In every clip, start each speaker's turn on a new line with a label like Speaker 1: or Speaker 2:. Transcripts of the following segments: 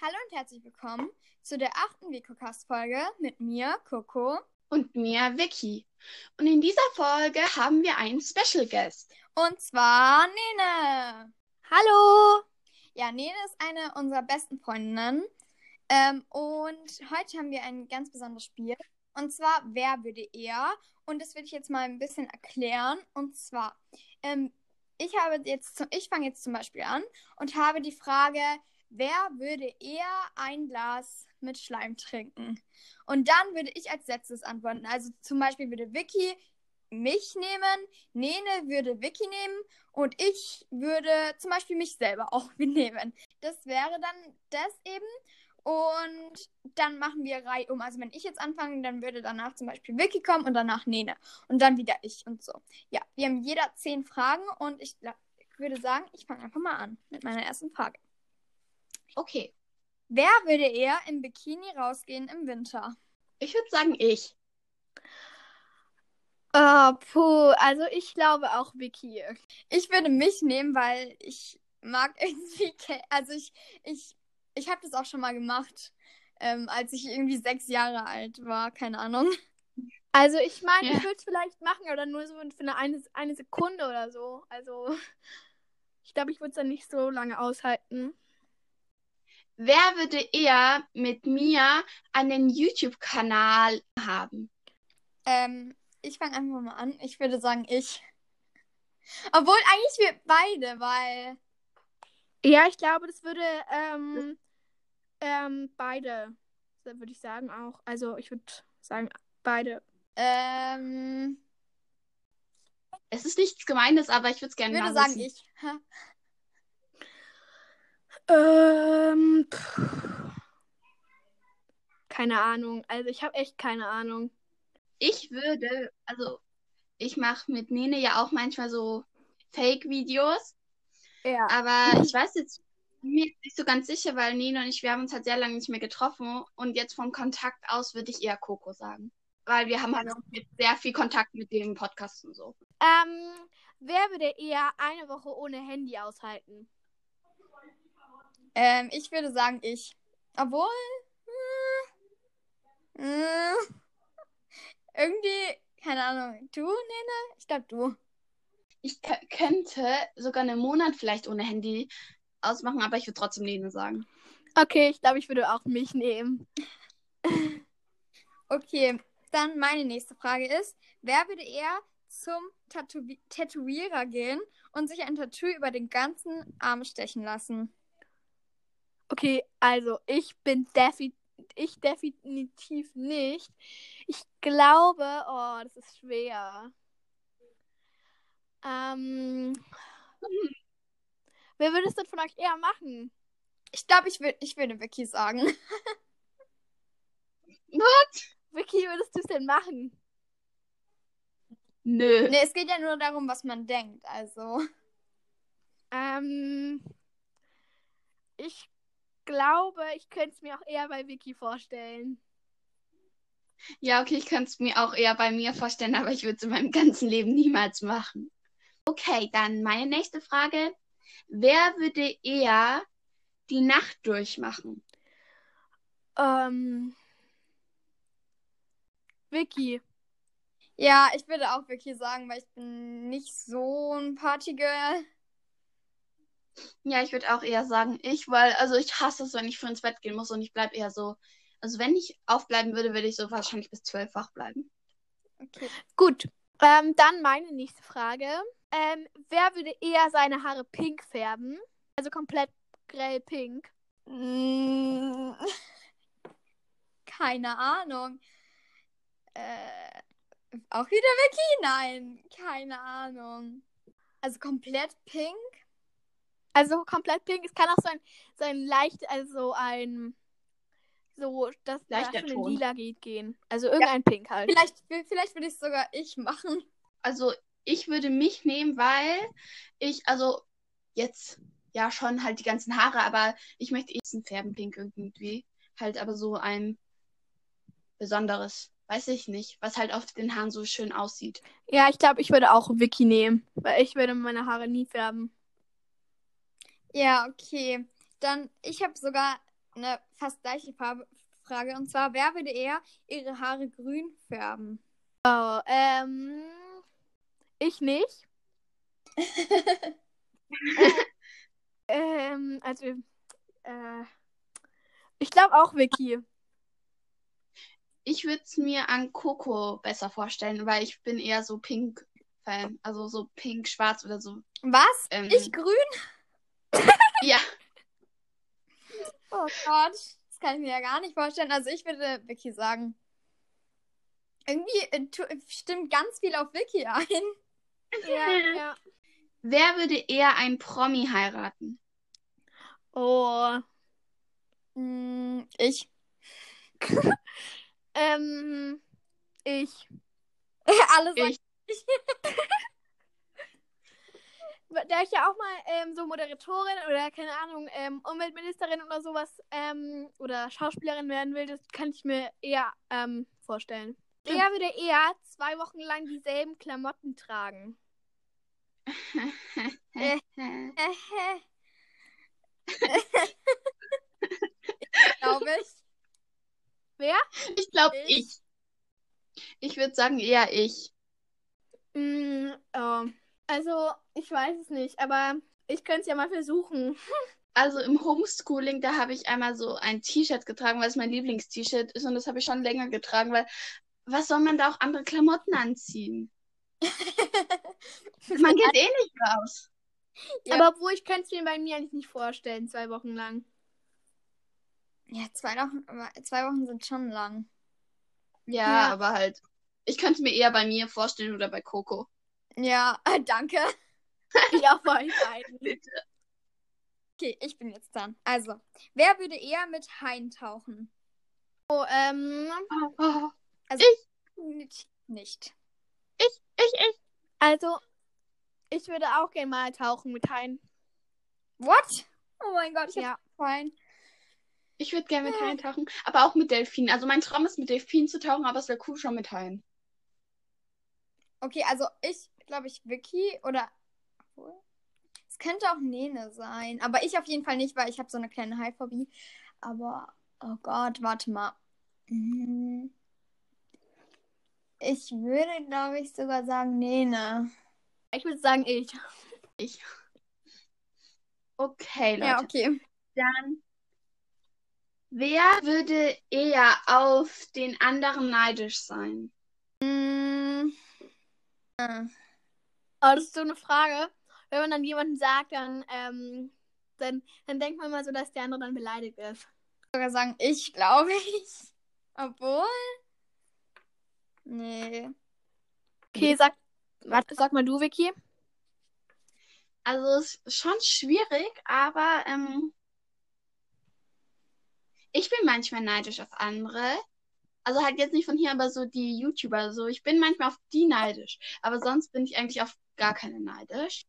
Speaker 1: Hallo und herzlich willkommen zu der achten VicoCast-Folge mit mir, Coco,
Speaker 2: und mir, Vicky. Und in dieser Folge haben wir einen Special Guest.
Speaker 1: und zwar Nene.
Speaker 3: Hallo!
Speaker 1: Ja, Nene ist eine unserer besten Freundinnen. Ähm, und heute haben wir ein ganz besonderes Spiel. Und zwar, wer würde er? Und das will ich jetzt mal ein bisschen erklären. Und zwar, ähm, ich habe jetzt, zum- ich fange jetzt zum Beispiel an und habe die Frage, wer würde eher ein Glas mit Schleim trinken? Und dann würde ich als letztes antworten. Also zum Beispiel würde Vicky mich nehmen, Nene würde Vicky nehmen und ich würde zum Beispiel mich selber auch nehmen. Das wäre dann das eben. Und dann machen wir Reihe um. Also wenn ich jetzt anfange, dann würde danach zum Beispiel Vicky kommen und danach Nene. Und dann wieder ich und so. Ja, wir haben jeder zehn Fragen und ich, gla- ich würde sagen, ich fange einfach mal an mit meiner ersten Frage.
Speaker 2: Okay.
Speaker 1: Wer würde eher im Bikini rausgehen im Winter?
Speaker 2: Ich würde sagen, ich.
Speaker 3: Äh, puh, also ich glaube auch Vicky.
Speaker 1: Ich würde mich nehmen, weil ich mag irgendwie, Kä- also ich, ich, ich habe das auch schon mal gemacht, ähm, als ich irgendwie sechs Jahre alt war, keine Ahnung.
Speaker 3: Also ich meine,
Speaker 2: Ja.
Speaker 3: ich würde es vielleicht machen, aber nur so für eine, eine, eine Sekunde oder so. Also ich glaube, ich würde es dann nicht so lange aushalten.
Speaker 2: Wer würde eher mit mir einen YouTube-Kanal haben?
Speaker 1: Ähm, ich fange einfach mal an. Ich würde sagen, ich. Obwohl eigentlich wir beide, weil
Speaker 3: Ja, ich glaube, das würde ähm, ähm, beide, würde ich sagen auch. Also ich würde sagen, beide.
Speaker 1: ähm,
Speaker 2: Es ist nichts Gemeines, aber ich würde es
Speaker 1: ich
Speaker 2: gerne
Speaker 1: würde
Speaker 2: mal
Speaker 1: sagen,
Speaker 2: wissen.
Speaker 1: ich. Ha.
Speaker 3: Ähm, pff. keine Ahnung. Also ich habe echt keine Ahnung.
Speaker 2: Ich würde, also ich mache mit Nene ja auch manchmal so Fake-Videos,
Speaker 3: Ja.
Speaker 2: aber ich weiß jetzt bin mir jetzt nicht so ganz sicher, weil Nene und ich, wir haben uns halt sehr lange nicht mehr getroffen und jetzt vom Kontakt aus würde ich eher Coco sagen, weil wir haben halt auch jetzt sehr viel Kontakt mit dem Podcast und so.
Speaker 3: Ähm, wer würde eher eine Woche ohne Handy aushalten?
Speaker 1: Ähm, ich würde sagen, ich. Obwohl. Äh, äh, irgendwie, keine Ahnung. Du, Nene? Ich glaube, du.
Speaker 2: Ich k- könnte sogar einen Monat vielleicht ohne Handy ausmachen, aber ich würde trotzdem Nene sagen.
Speaker 3: Okay, ich glaube, ich würde auch mich nehmen.
Speaker 1: Okay, dann meine nächste Frage ist: Wer würde eher zum Tätowi Tätowierer gehen und sich ein Tattoo über den ganzen Arm stechen lassen?
Speaker 3: Okay, also ich bin defi ich definitiv nicht. Ich glaube, oh, das ist schwer. Ähm, wer würde es denn von euch eher machen?
Speaker 1: Ich glaube, ich, wür- ich würde Vicky sagen.
Speaker 3: Vicky, würdest du es denn machen?
Speaker 2: Nö.
Speaker 1: nee, es geht ja nur darum, was man denkt. Also,
Speaker 3: Ähm, ich glaube, ich könnte es mir auch eher bei Vicky vorstellen.
Speaker 2: Ja, okay, ich könnte es mir auch eher bei mir vorstellen, aber ich würde es in meinem ganzen Leben niemals machen. Okay, dann meine nächste Frage. Wer würde eher die Nacht durchmachen?
Speaker 3: Ähm, Vicky.
Speaker 1: ja, ich würde auch Vicky sagen, weil ich bin nicht so ein Partygirl.
Speaker 2: Ja, ich würde auch eher sagen, ich, weil, also ich hasse es, wenn ich früh ins Bett gehen muss und ich bleibe eher so. Also wenn ich aufbleiben würde, würde ich so wahrscheinlich bis zwölf wach bleiben.
Speaker 1: Okay.
Speaker 3: Gut. Ähm, dann meine nächste Frage. Ähm, wer würde eher seine Haare pink färben? Also komplett grell-pink.
Speaker 1: Mm, Keine Ahnung. Äh, auch wieder Vicky? Nein, keine Ahnung. Also komplett pink?
Speaker 3: Also komplett pink. Es kann auch so ein, so ein leicht, also ein so, dass da
Speaker 2: Leichter
Speaker 3: schon in
Speaker 2: Ton.
Speaker 3: lila geht gehen. Also irgendein Pink halt.
Speaker 1: Vielleicht, vielleicht würde ich sogar ich machen.
Speaker 2: Also ich würde mich nehmen, weil ich, also jetzt ja schon halt die ganzen Haare, aber ich möchte eh ein Färbenpink irgendwie. Halt aber so ein besonderes, weiß ich nicht, was halt auf den Haaren so schön aussieht.
Speaker 3: Ja, ich glaube, ich würde auch Vicky nehmen, weil ich würde meine Haare nie färben.
Speaker 1: Ja, okay. Dann, ich habe sogar eine fast gleiche Farbe, Frage. Und zwar, wer würde eher ihre Haare grün färben?
Speaker 3: Oh, ähm. Ich nicht. ähm, also. Äh, ich glaube auch Vicky.
Speaker 2: Ich würde es mir an Coco besser vorstellen, weil ich bin eher so Pink-Fan. Also so Pink-Schwarz oder so.
Speaker 1: Was?
Speaker 2: Ähm,
Speaker 1: Ich grün?
Speaker 2: ja.
Speaker 1: Oh Gott, das kann ich mir ja gar nicht vorstellen. Also ich würde Vicky sagen. Irgendwie äh, tu- stimmt ganz viel auf Vicky ein.
Speaker 3: Ja, ja.
Speaker 2: Wer würde eher einen Promi heiraten?
Speaker 3: Oh.
Speaker 1: Hm, ich.
Speaker 3: Ähm. Ich.
Speaker 1: Alle sagen,
Speaker 2: Ich.
Speaker 3: Da ich ja auch mal ähm, so Moderatorin oder keine Ahnung, ähm, Umweltministerin oder sowas ähm, oder Schauspielerin werden will, das kann ich mir eher ähm, vorstellen.
Speaker 2: Stimmt.
Speaker 3: Wer würde eher zwei Wochen lang dieselben Klamotten tragen?
Speaker 1: äh, glaube ich.
Speaker 2: ich glaube
Speaker 3: Ich?
Speaker 2: ich. Ich würde sagen eher ich.
Speaker 3: Mm, oh. Also, ich weiß es nicht, aber ich könnte es ja mal versuchen.
Speaker 2: Also im Homeschooling, da habe ich einmal so ein T-Shirt getragen, weil es mein Lieblingst-T-Shirt ist und das habe ich schon länger getragen, weil was soll man da auch andere Klamotten anziehen? Man geht eh nicht mehr aus.
Speaker 1: Ja.
Speaker 3: Aber obwohl, ich könnte es mir bei mir eigentlich nicht vorstellen, zwei Wochen lang.
Speaker 1: Ja, zwei Wochen, aber zwei Wochen sind schon lang.
Speaker 2: Ja,
Speaker 3: Ja.
Speaker 2: aber halt. Ich könnte es mir eher bei mir vorstellen oder bei Coco.
Speaker 1: Ja, äh, danke.
Speaker 3: Ich auch bei euch beiden.
Speaker 1: Okay, ich bin jetzt dran. Also, wer würde eher mit Haien tauchen?
Speaker 3: Oh, ähm,
Speaker 2: Oh,
Speaker 1: Nicht. nicht.
Speaker 2: ich, ich.
Speaker 3: also, ich würde auch gerne mal tauchen mit Haien.
Speaker 1: What? Oh mein Gott, ich
Speaker 3: Ja.
Speaker 1: hab's gefallen.
Speaker 2: Ich würde gerne mit Haien tauchen, aber auch mit Delfinen. Also mein Traum ist, mit Delfinen zu tauchen, aber es wäre cool schon mit Haien.
Speaker 1: Okay, also ich glaube ich Vicky oder obwohl, es könnte auch Nene sein, aber ich auf jeden Fall nicht, weil ich habe so eine kleine Haiphobie. Aber oh Gott, warte mal. Hm. Ich würde glaube ich sogar sagen Nene.
Speaker 3: Ich würde sagen, ich.
Speaker 2: Okay, Leute.
Speaker 1: Ja, okay.
Speaker 2: Dann, wer würde eher auf den anderen neidisch sein?
Speaker 1: Hm. Ah.
Speaker 3: Oh, das ist so eine Frage. Wenn man dann jemanden sagt, dann, ähm, dann, dann denkt man mal so, dass der andere dann beleidigt ist.
Speaker 1: sogar sagen, ich glaube ich. Obwohl. Nee.
Speaker 3: Okay, sag, warte, sag mal du, Vicky.
Speaker 2: Also, es ist schon schwierig, aber ähm, ich bin manchmal neidisch auf andere. Also halt jetzt nicht von hier, aber so die YouTuber so. Ich bin manchmal auf die neidisch, aber sonst bin ich eigentlich auf gar keine neidisch.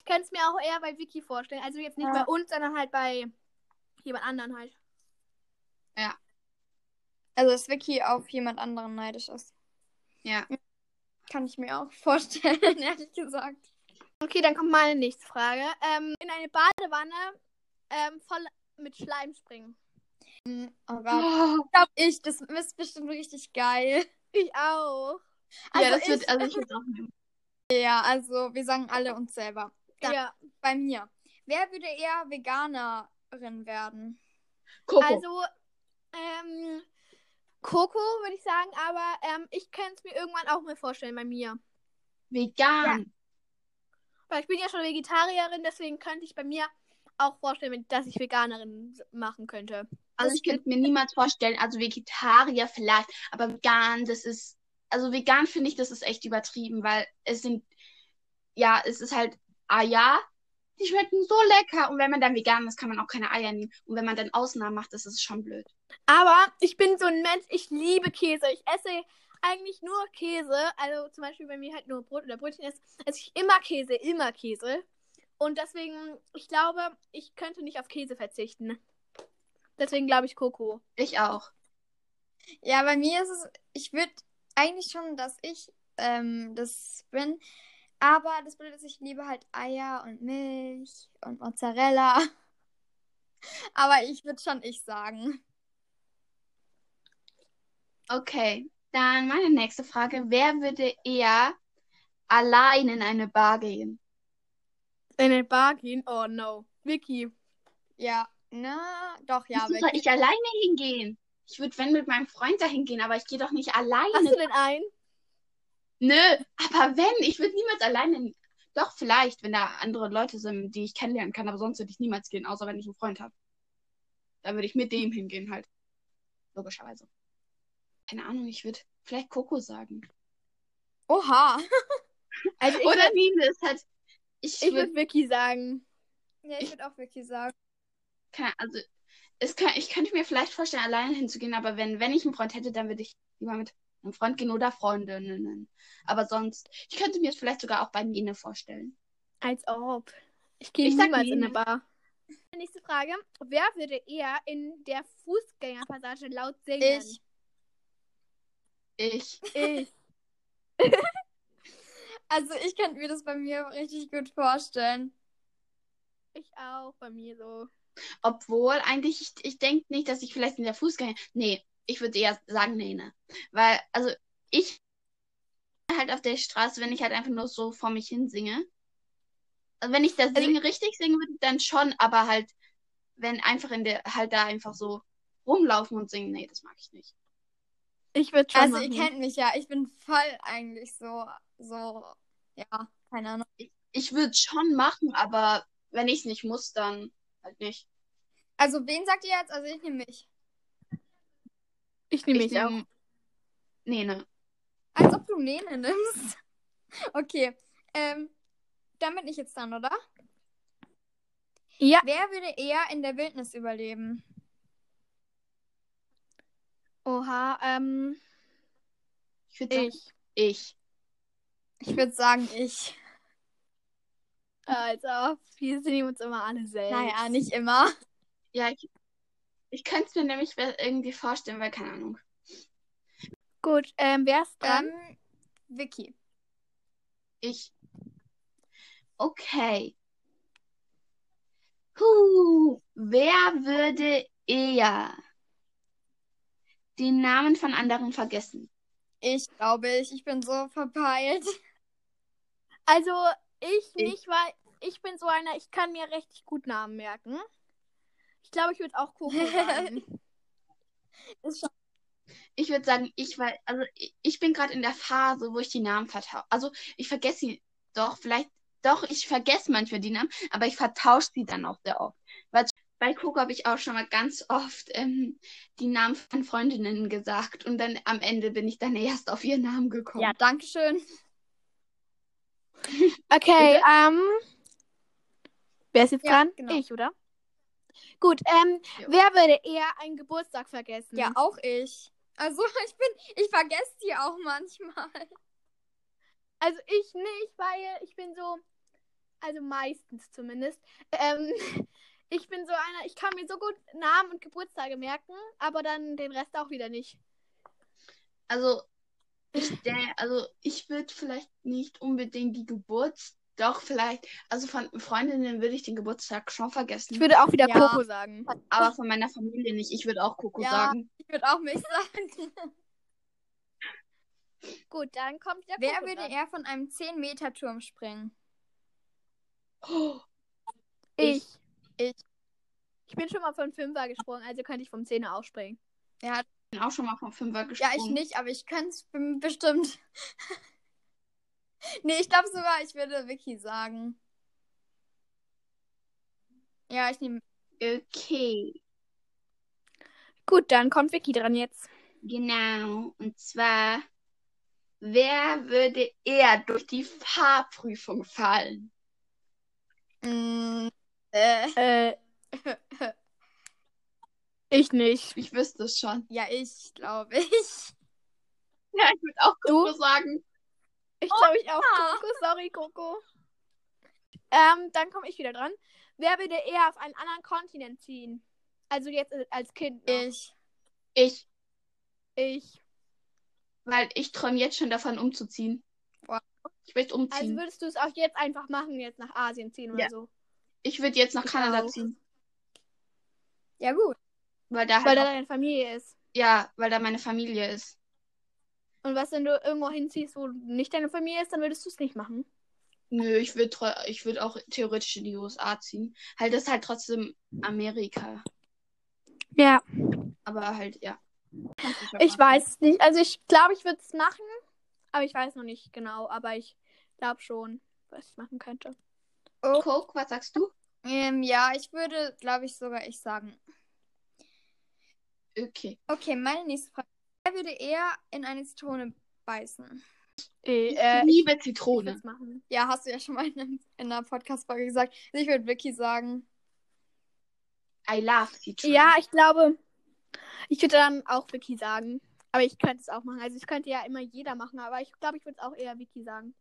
Speaker 3: Ich könnte es mir auch eher bei Vicky vorstellen. Also jetzt nicht
Speaker 1: Ja.
Speaker 3: bei uns, sondern halt bei jemand anderen halt.
Speaker 1: Also dass Vicky auf jemand anderen neidisch ist.
Speaker 2: Ja.
Speaker 1: Kann ich mir auch vorstellen, ehrlich gesagt.
Speaker 3: Okay, dann kommt meine nächste Frage. Ähm, in eine Badewanne ähm, voll mit Schleim springen.
Speaker 1: Oh Gott.
Speaker 2: Oh,
Speaker 1: Glaub ich, das ist bestimmt richtig geil.
Speaker 3: Ich auch.
Speaker 1: Also
Speaker 2: ja, das wird,
Speaker 1: ich-
Speaker 2: also ich würde auch nehmen.
Speaker 1: Ja, also wir sagen alle uns selber. Dann-
Speaker 3: Ja.
Speaker 1: Bei mir. Wer würde eher Veganerin werden?
Speaker 2: Coco.
Speaker 3: Also, ähm, Coco würde ich sagen, aber ähm, ich könnte es mir irgendwann auch mal vorstellen bei mir.
Speaker 2: vegan.
Speaker 3: Weil ich bin ja schon Vegetarierin, deswegen könnte ich bei mir auch vorstellen, wenn- dass ich Veganerin machen könnte.
Speaker 2: Also ich könnte mir niemals vorstellen, also Vegetarier vielleicht, aber vegan, das ist, also vegan finde ich, das ist echt übertrieben, weil es sind, ja, es ist halt Eier, die schmecken so lecker und wenn man dann vegan ist, kann man auch keine Eier nehmen und wenn man dann Ausnahmen macht, das ist schon blöd.
Speaker 3: Aber ich bin so ein Mensch, ich liebe Käse. Ich esse eigentlich nur Käse. Also zum Beispiel, wenn mir halt nur Brot oder Brötchen ist, esse ich immer Käse, immer Käse. Und deswegen, ich glaube, ich könnte nicht auf Käse verzichten. Deswegen glaube ich Coco.
Speaker 2: Ich auch.
Speaker 1: Ja, bei mir ist es, ich würde eigentlich schon, dass ich ähm, das bin. Aber das Blöde ist, ich liebe halt Eier und Milch und Mozzarella. Aber ich würde schon ich sagen.
Speaker 2: Okay, dann meine nächste Frage. Wer würde eher allein in eine Bar gehen?
Speaker 3: In eine Bar gehen? Oh no. Vicky.
Speaker 1: Ja, na, doch, ja.
Speaker 2: Wieso soll ich alleine hingehen? Ich würde, wenn, mit meinem Freund dahin gehen, aber ich gehe doch nicht alleine.
Speaker 3: Hast du denn einen?
Speaker 2: Nö, Ne? aber wenn, ich würde niemals alleine. Doch, vielleicht, wenn da andere Leute sind, die ich kennenlernen kann, aber sonst würde ich niemals gehen, außer wenn ich einen Freund habe. Dann würde ich mit dem hingehen halt. Logischerweise. Keine Ahnung, ich würde vielleicht Coco sagen.
Speaker 1: Oha.
Speaker 3: Also ich
Speaker 2: Oder Nina ist halt. Ich,
Speaker 3: Ich
Speaker 2: würde.
Speaker 3: würde Vicky sagen.
Speaker 1: Ja, ich würde auch wirklich sagen.
Speaker 2: keine- Also, es kann, ich könnte mir vielleicht vorstellen, alleine hinzugehen, aber wenn, wenn ich einen Freund hätte, dann würde ich lieber mit einem Freund gehen oder Freundinnen. Aber sonst, ich könnte mir es vielleicht sogar auch bei Nene vorstellen.
Speaker 3: Als ob. Ich gehe
Speaker 2: Ich sag
Speaker 3: niemals in
Speaker 2: nie.
Speaker 3: eine Bar. Nächste Frage. Wer würde eher in der Fußgängerpassage laut singen?
Speaker 1: Ich.
Speaker 2: Ich.
Speaker 3: Ich.
Speaker 1: Also ich könnte mir das bei mir richtig gut vorstellen.
Speaker 3: Ich auch, bei mir so.
Speaker 2: Obwohl, eigentlich, ich, ich denke nicht, dass ich vielleicht in der Fußgänger. Nee, ich würde eher sagen, nee, ne. Weil, also, ich halt auf der Straße, wenn ich halt einfach nur so vor mich hin singe. Also, wenn ich das
Speaker 1: Also-
Speaker 2: Singen richtig singen würde, dann schon, aber halt, wenn einfach in der, halt da einfach so rumlaufen und singen, nee, das mag ich nicht.
Speaker 3: Ich würde schon.
Speaker 1: also
Speaker 3: machen.
Speaker 1: ihr kennt mich ja, ich bin voll eigentlich so, so, ja, keine Ahnung.
Speaker 2: Ich würde schon machen, aber wenn ich es nicht muss, dann halt nicht.
Speaker 1: Also wen sagt ihr jetzt? Also ich nehme mich.
Speaker 3: Ich nehme
Speaker 2: Ich
Speaker 3: mich auch.
Speaker 2: nehm- Nee, ne.
Speaker 1: Als ob du Nene nimmst. Okay. Ähm, dann bin ich jetzt dran, oder?
Speaker 3: Ja.
Speaker 1: Wer würde eher in der Wildnis überleben?
Speaker 3: Oha, ähm,
Speaker 2: Ich würde sagen,
Speaker 3: ich.
Speaker 2: ich.
Speaker 1: Ich würde sagen, ich.
Speaker 3: Also, wir nehmen uns immer alle selbst.
Speaker 1: Naja, nicht immer.
Speaker 2: Ja, ich, ich könnte es mir nämlich irgendwie vorstellen, weil, keine Ahnung.
Speaker 3: Gut, ähm, wer ist dran?
Speaker 1: Ähm, Vicky.
Speaker 2: Ich. Okay. Huh, wer würde eher den Namen von anderen vergessen?
Speaker 1: Ich glaube ich. Ich bin so verpeilt.
Speaker 3: Also, ich,
Speaker 2: Ich.
Speaker 3: nicht, weil ich bin so einer, ich kann mir richtig gut Namen merken. Ich glaube, ich würde auch Coco sagen.
Speaker 1: Ist schon
Speaker 2: Ich würde sagen, ich weil also ich, ich bin gerade in der Phase, wo ich die Namen vertausche. Also ich vergesse sie doch, vielleicht doch, ich vergesse manchmal die Namen, aber ich vertausche sie dann auch sehr oft. Weil bei Coco habe ich auch schon mal ganz oft ähm, die Namen von Freundinnen gesagt und dann am Ende bin ich dann erst auf ihren Namen gekommen.
Speaker 1: ja, danke schön.
Speaker 3: Okay,
Speaker 2: Bitte?
Speaker 3: ähm, wer ist jetzt
Speaker 1: Ja,
Speaker 3: dran?
Speaker 1: genau.
Speaker 3: Ich, oder? Gut, ähm,
Speaker 2: Jo.
Speaker 3: wer würde eher einen Geburtstag vergessen?
Speaker 1: Ja, auch ich. Also ich bin, ich vergesse die auch manchmal.
Speaker 3: Also ich nicht, weil ich bin so, also meistens zumindest, ähm, ich bin so einer, ich kann mir so gut Namen und Geburtstage merken, aber dann den Rest auch wieder nicht.
Speaker 2: Also, ich denke, also ich würde vielleicht nicht unbedingt die Geburts, doch vielleicht, also von Freundinnen würde ich den Geburtstag schon vergessen,
Speaker 3: Ich würde auch wieder
Speaker 1: Ja.
Speaker 3: Coco sagen.
Speaker 2: aber von meiner Familie nicht. Ich würde auch Coco
Speaker 1: Ja.
Speaker 2: sagen.
Speaker 1: Ich würde auch mich sagen.
Speaker 3: Gut, dann kommt der
Speaker 1: Wer
Speaker 3: Coco
Speaker 1: würde
Speaker 3: dran.
Speaker 1: eher von einem 10-Meter-Turm springen?
Speaker 2: Oh,
Speaker 3: Ich.
Speaker 1: Ich.
Speaker 3: Ich bin schon mal von Fünfer gesprungen, also könnte ich vom Zehner auch springen.
Speaker 1: Ja,
Speaker 2: ich bin auch schon mal vom Fünfer
Speaker 1: ja
Speaker 2: gesprungen.
Speaker 1: ich nicht, aber ich kann es bestimmt. nee, ich glaube sogar, ich würde Vicky sagen. Ja, ich nehme.
Speaker 2: Okay,
Speaker 3: Gut, dann kommt Vicky dran jetzt.
Speaker 2: genau. Und zwar, wer würde eher durch die Fahrprüfung fallen?
Speaker 1: Mm, äh,
Speaker 3: Äh, ich nicht.
Speaker 2: Ich wüsste es schon.
Speaker 1: ja, ich glaube ich.
Speaker 2: Ja, ich würde auch Coco sagen.
Speaker 3: Ich glaube, ich auch
Speaker 1: ja.
Speaker 3: Coco. Sorry, Coco. Ähm, dann komme ich wieder dran. Wer würde eher auf einen anderen Kontinent ziehen? Also jetzt äh, als Kind. noch.
Speaker 1: Ich.
Speaker 2: Ich,
Speaker 3: Ich.
Speaker 2: weil ich träume jetzt schon davon, umzuziehen.
Speaker 1: Wow.
Speaker 2: Ich möchte
Speaker 3: Also
Speaker 2: umziehen.
Speaker 3: würdest du es auch jetzt einfach machen, jetzt nach Asien ziehen oder
Speaker 2: Ja.
Speaker 3: so?
Speaker 2: Ich würde jetzt nach
Speaker 3: Ich
Speaker 2: Kanada
Speaker 3: auch.
Speaker 2: ziehen.
Speaker 3: Ja, gut.
Speaker 2: Weil da
Speaker 3: Weil
Speaker 2: halt
Speaker 3: da
Speaker 2: auch,
Speaker 3: deine Familie ist.
Speaker 2: ja, weil da meine Familie ist.
Speaker 3: Und was, wenn du irgendwo hinziehst, wo nicht deine Familie ist, dann würdest du es nicht machen.
Speaker 2: Nö, ich würde ich würd auch theoretisch in die USA ziehen. Halt, das ist halt trotzdem Amerika.
Speaker 3: Ja.
Speaker 2: Aber halt, ja. Kannst du schon
Speaker 3: Ich
Speaker 2: machen.
Speaker 3: weiß es nicht. Also ich glaube, ich würde es machen, aber ich weiß noch nicht genau. Aber ich glaube schon, was ich machen könnte.
Speaker 2: Coke, was sagst du?
Speaker 1: Ähm, ja, ich würde, glaube ich, sogar ich sagen.
Speaker 2: Okay.
Speaker 1: Okay, meine nächste Frage. Wer würde eher in eine Zitrone beißen?
Speaker 3: Äh,
Speaker 2: Ich
Speaker 3: äh, ich
Speaker 2: liebe
Speaker 3: würd's
Speaker 2: Zitrone.
Speaker 3: machen.
Speaker 1: Ja, hast du ja schon mal in, einem- in einer Podcast-Folge gesagt. Also ich würde Vicky sagen.
Speaker 2: I love Zitrone.
Speaker 3: Ja, ich glaube, ich würde dann auch Vicky sagen. Aber ich könnte es auch machen. Also es könnte ja immer jeder machen, aber ich glaube, ich würde es auch eher Vicky sagen.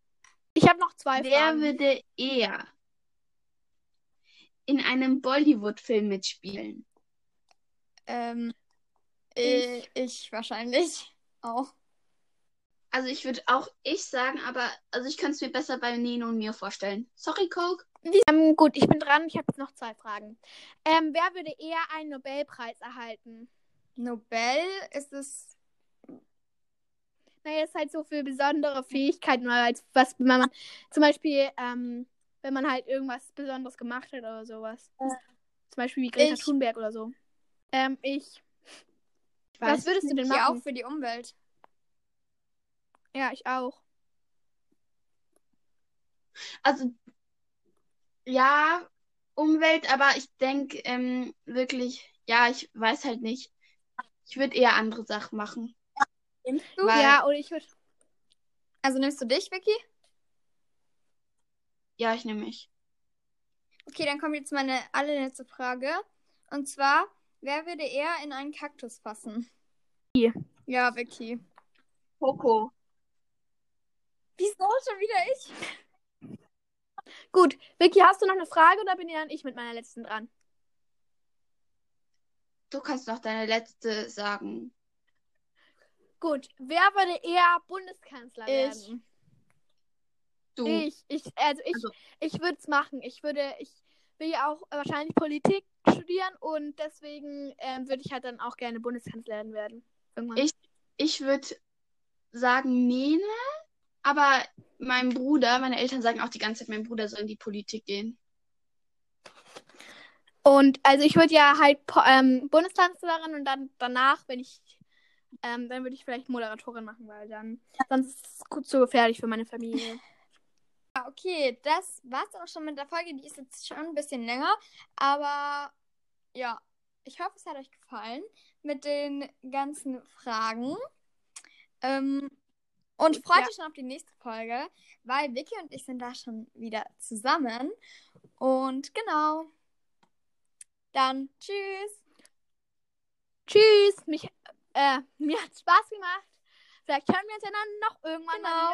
Speaker 3: Ich habe noch zwei
Speaker 2: Wer
Speaker 3: Fragen.
Speaker 2: würde eher in einem Bollywood-Film mitspielen?
Speaker 1: Ähm, ich. ich wahrscheinlich auch.
Speaker 2: Also ich würde auch ich sagen, aber also ich kann es mir besser bei Nino und mir vorstellen. Sorry, Coke.
Speaker 3: ähm, gut, ich bin dran. Ich habe jetzt noch zwei Fragen. Ähm, wer würde eher einen Nobelpreis erhalten?
Speaker 1: Nobel ist es.
Speaker 3: Naja, es ist halt so für besondere Fähigkeiten oder als was wenn man zum Beispiel, ähm, wenn man halt irgendwas Besonderes gemacht hat oder sowas. Zum Beispiel wie Greta
Speaker 1: Ich-
Speaker 3: Thunberg oder so. Ähm, ich.
Speaker 2: Ich
Speaker 3: Was
Speaker 2: weiß,
Speaker 3: würdest du denn
Speaker 1: Ja,
Speaker 3: machen?
Speaker 1: auch für die Umwelt.
Speaker 3: Ja, ich auch.
Speaker 2: also ja, Umwelt, aber ich denke ähm, wirklich, ja, ich weiß halt nicht. Ich würde eher andere Sachen machen.
Speaker 1: Nimmst du?
Speaker 2: Weil, ja.
Speaker 3: Ja, oder ich würde.
Speaker 1: Also nimmst du dich, Vicky?
Speaker 2: ja, ich nehme mich.
Speaker 1: Okay, dann kommt jetzt meine allerletzte Frage. Und zwar, wer würde eher in einen Kaktus passen?
Speaker 3: Vicky.
Speaker 1: Ja, Vicky.
Speaker 2: Coco.
Speaker 1: Wieso schon wieder ich?
Speaker 3: Gut, Vicky, hast du noch eine Frage oder bin ja dann ich mit meiner letzten dran?
Speaker 2: Du kannst noch deine letzte sagen.
Speaker 3: Gut, wer würde eher Bundeskanzler werden?
Speaker 2: Du.
Speaker 3: Ich, ich, also ich,
Speaker 2: Also-
Speaker 3: ich würde es machen. Ich würde, ich will ja auch wahrscheinlich Politik studieren und deswegen ähm, würde ich halt dann auch gerne Bundeskanzlerin werden. Irgendwann.
Speaker 2: Ich- Ich würde sagen Nene, aber mein Bruder, meine Eltern sagen auch die ganze Zeit, mein Bruder soll in die Politik gehen.
Speaker 3: Und also ich würde ja halt po- ähm, Bundeskanzlerin und dann danach, wenn ich, ähm, dann würde ich vielleicht Moderatorin machen, weil dann sonst ist es gut zu gefährlich für meine Familie.
Speaker 1: Ja, Ah, okay, das war's auch schon mit der Folge. Die ist jetzt schon ein bisschen länger, aber ja, ich hoffe, es hat euch gefallen mit den ganzen Fragen. Ähm, und freut
Speaker 3: Ja.
Speaker 1: euch schon auf die nächste Folge, weil Vicky und ich sind da schon wieder zusammen. Und genau. Dann tschüss.
Speaker 3: Tschüss, mich, äh, mir hat Spaß gemacht. Vielleicht hören wir uns ja dann noch irgendwann mal
Speaker 1: Genau.
Speaker 3: wieder.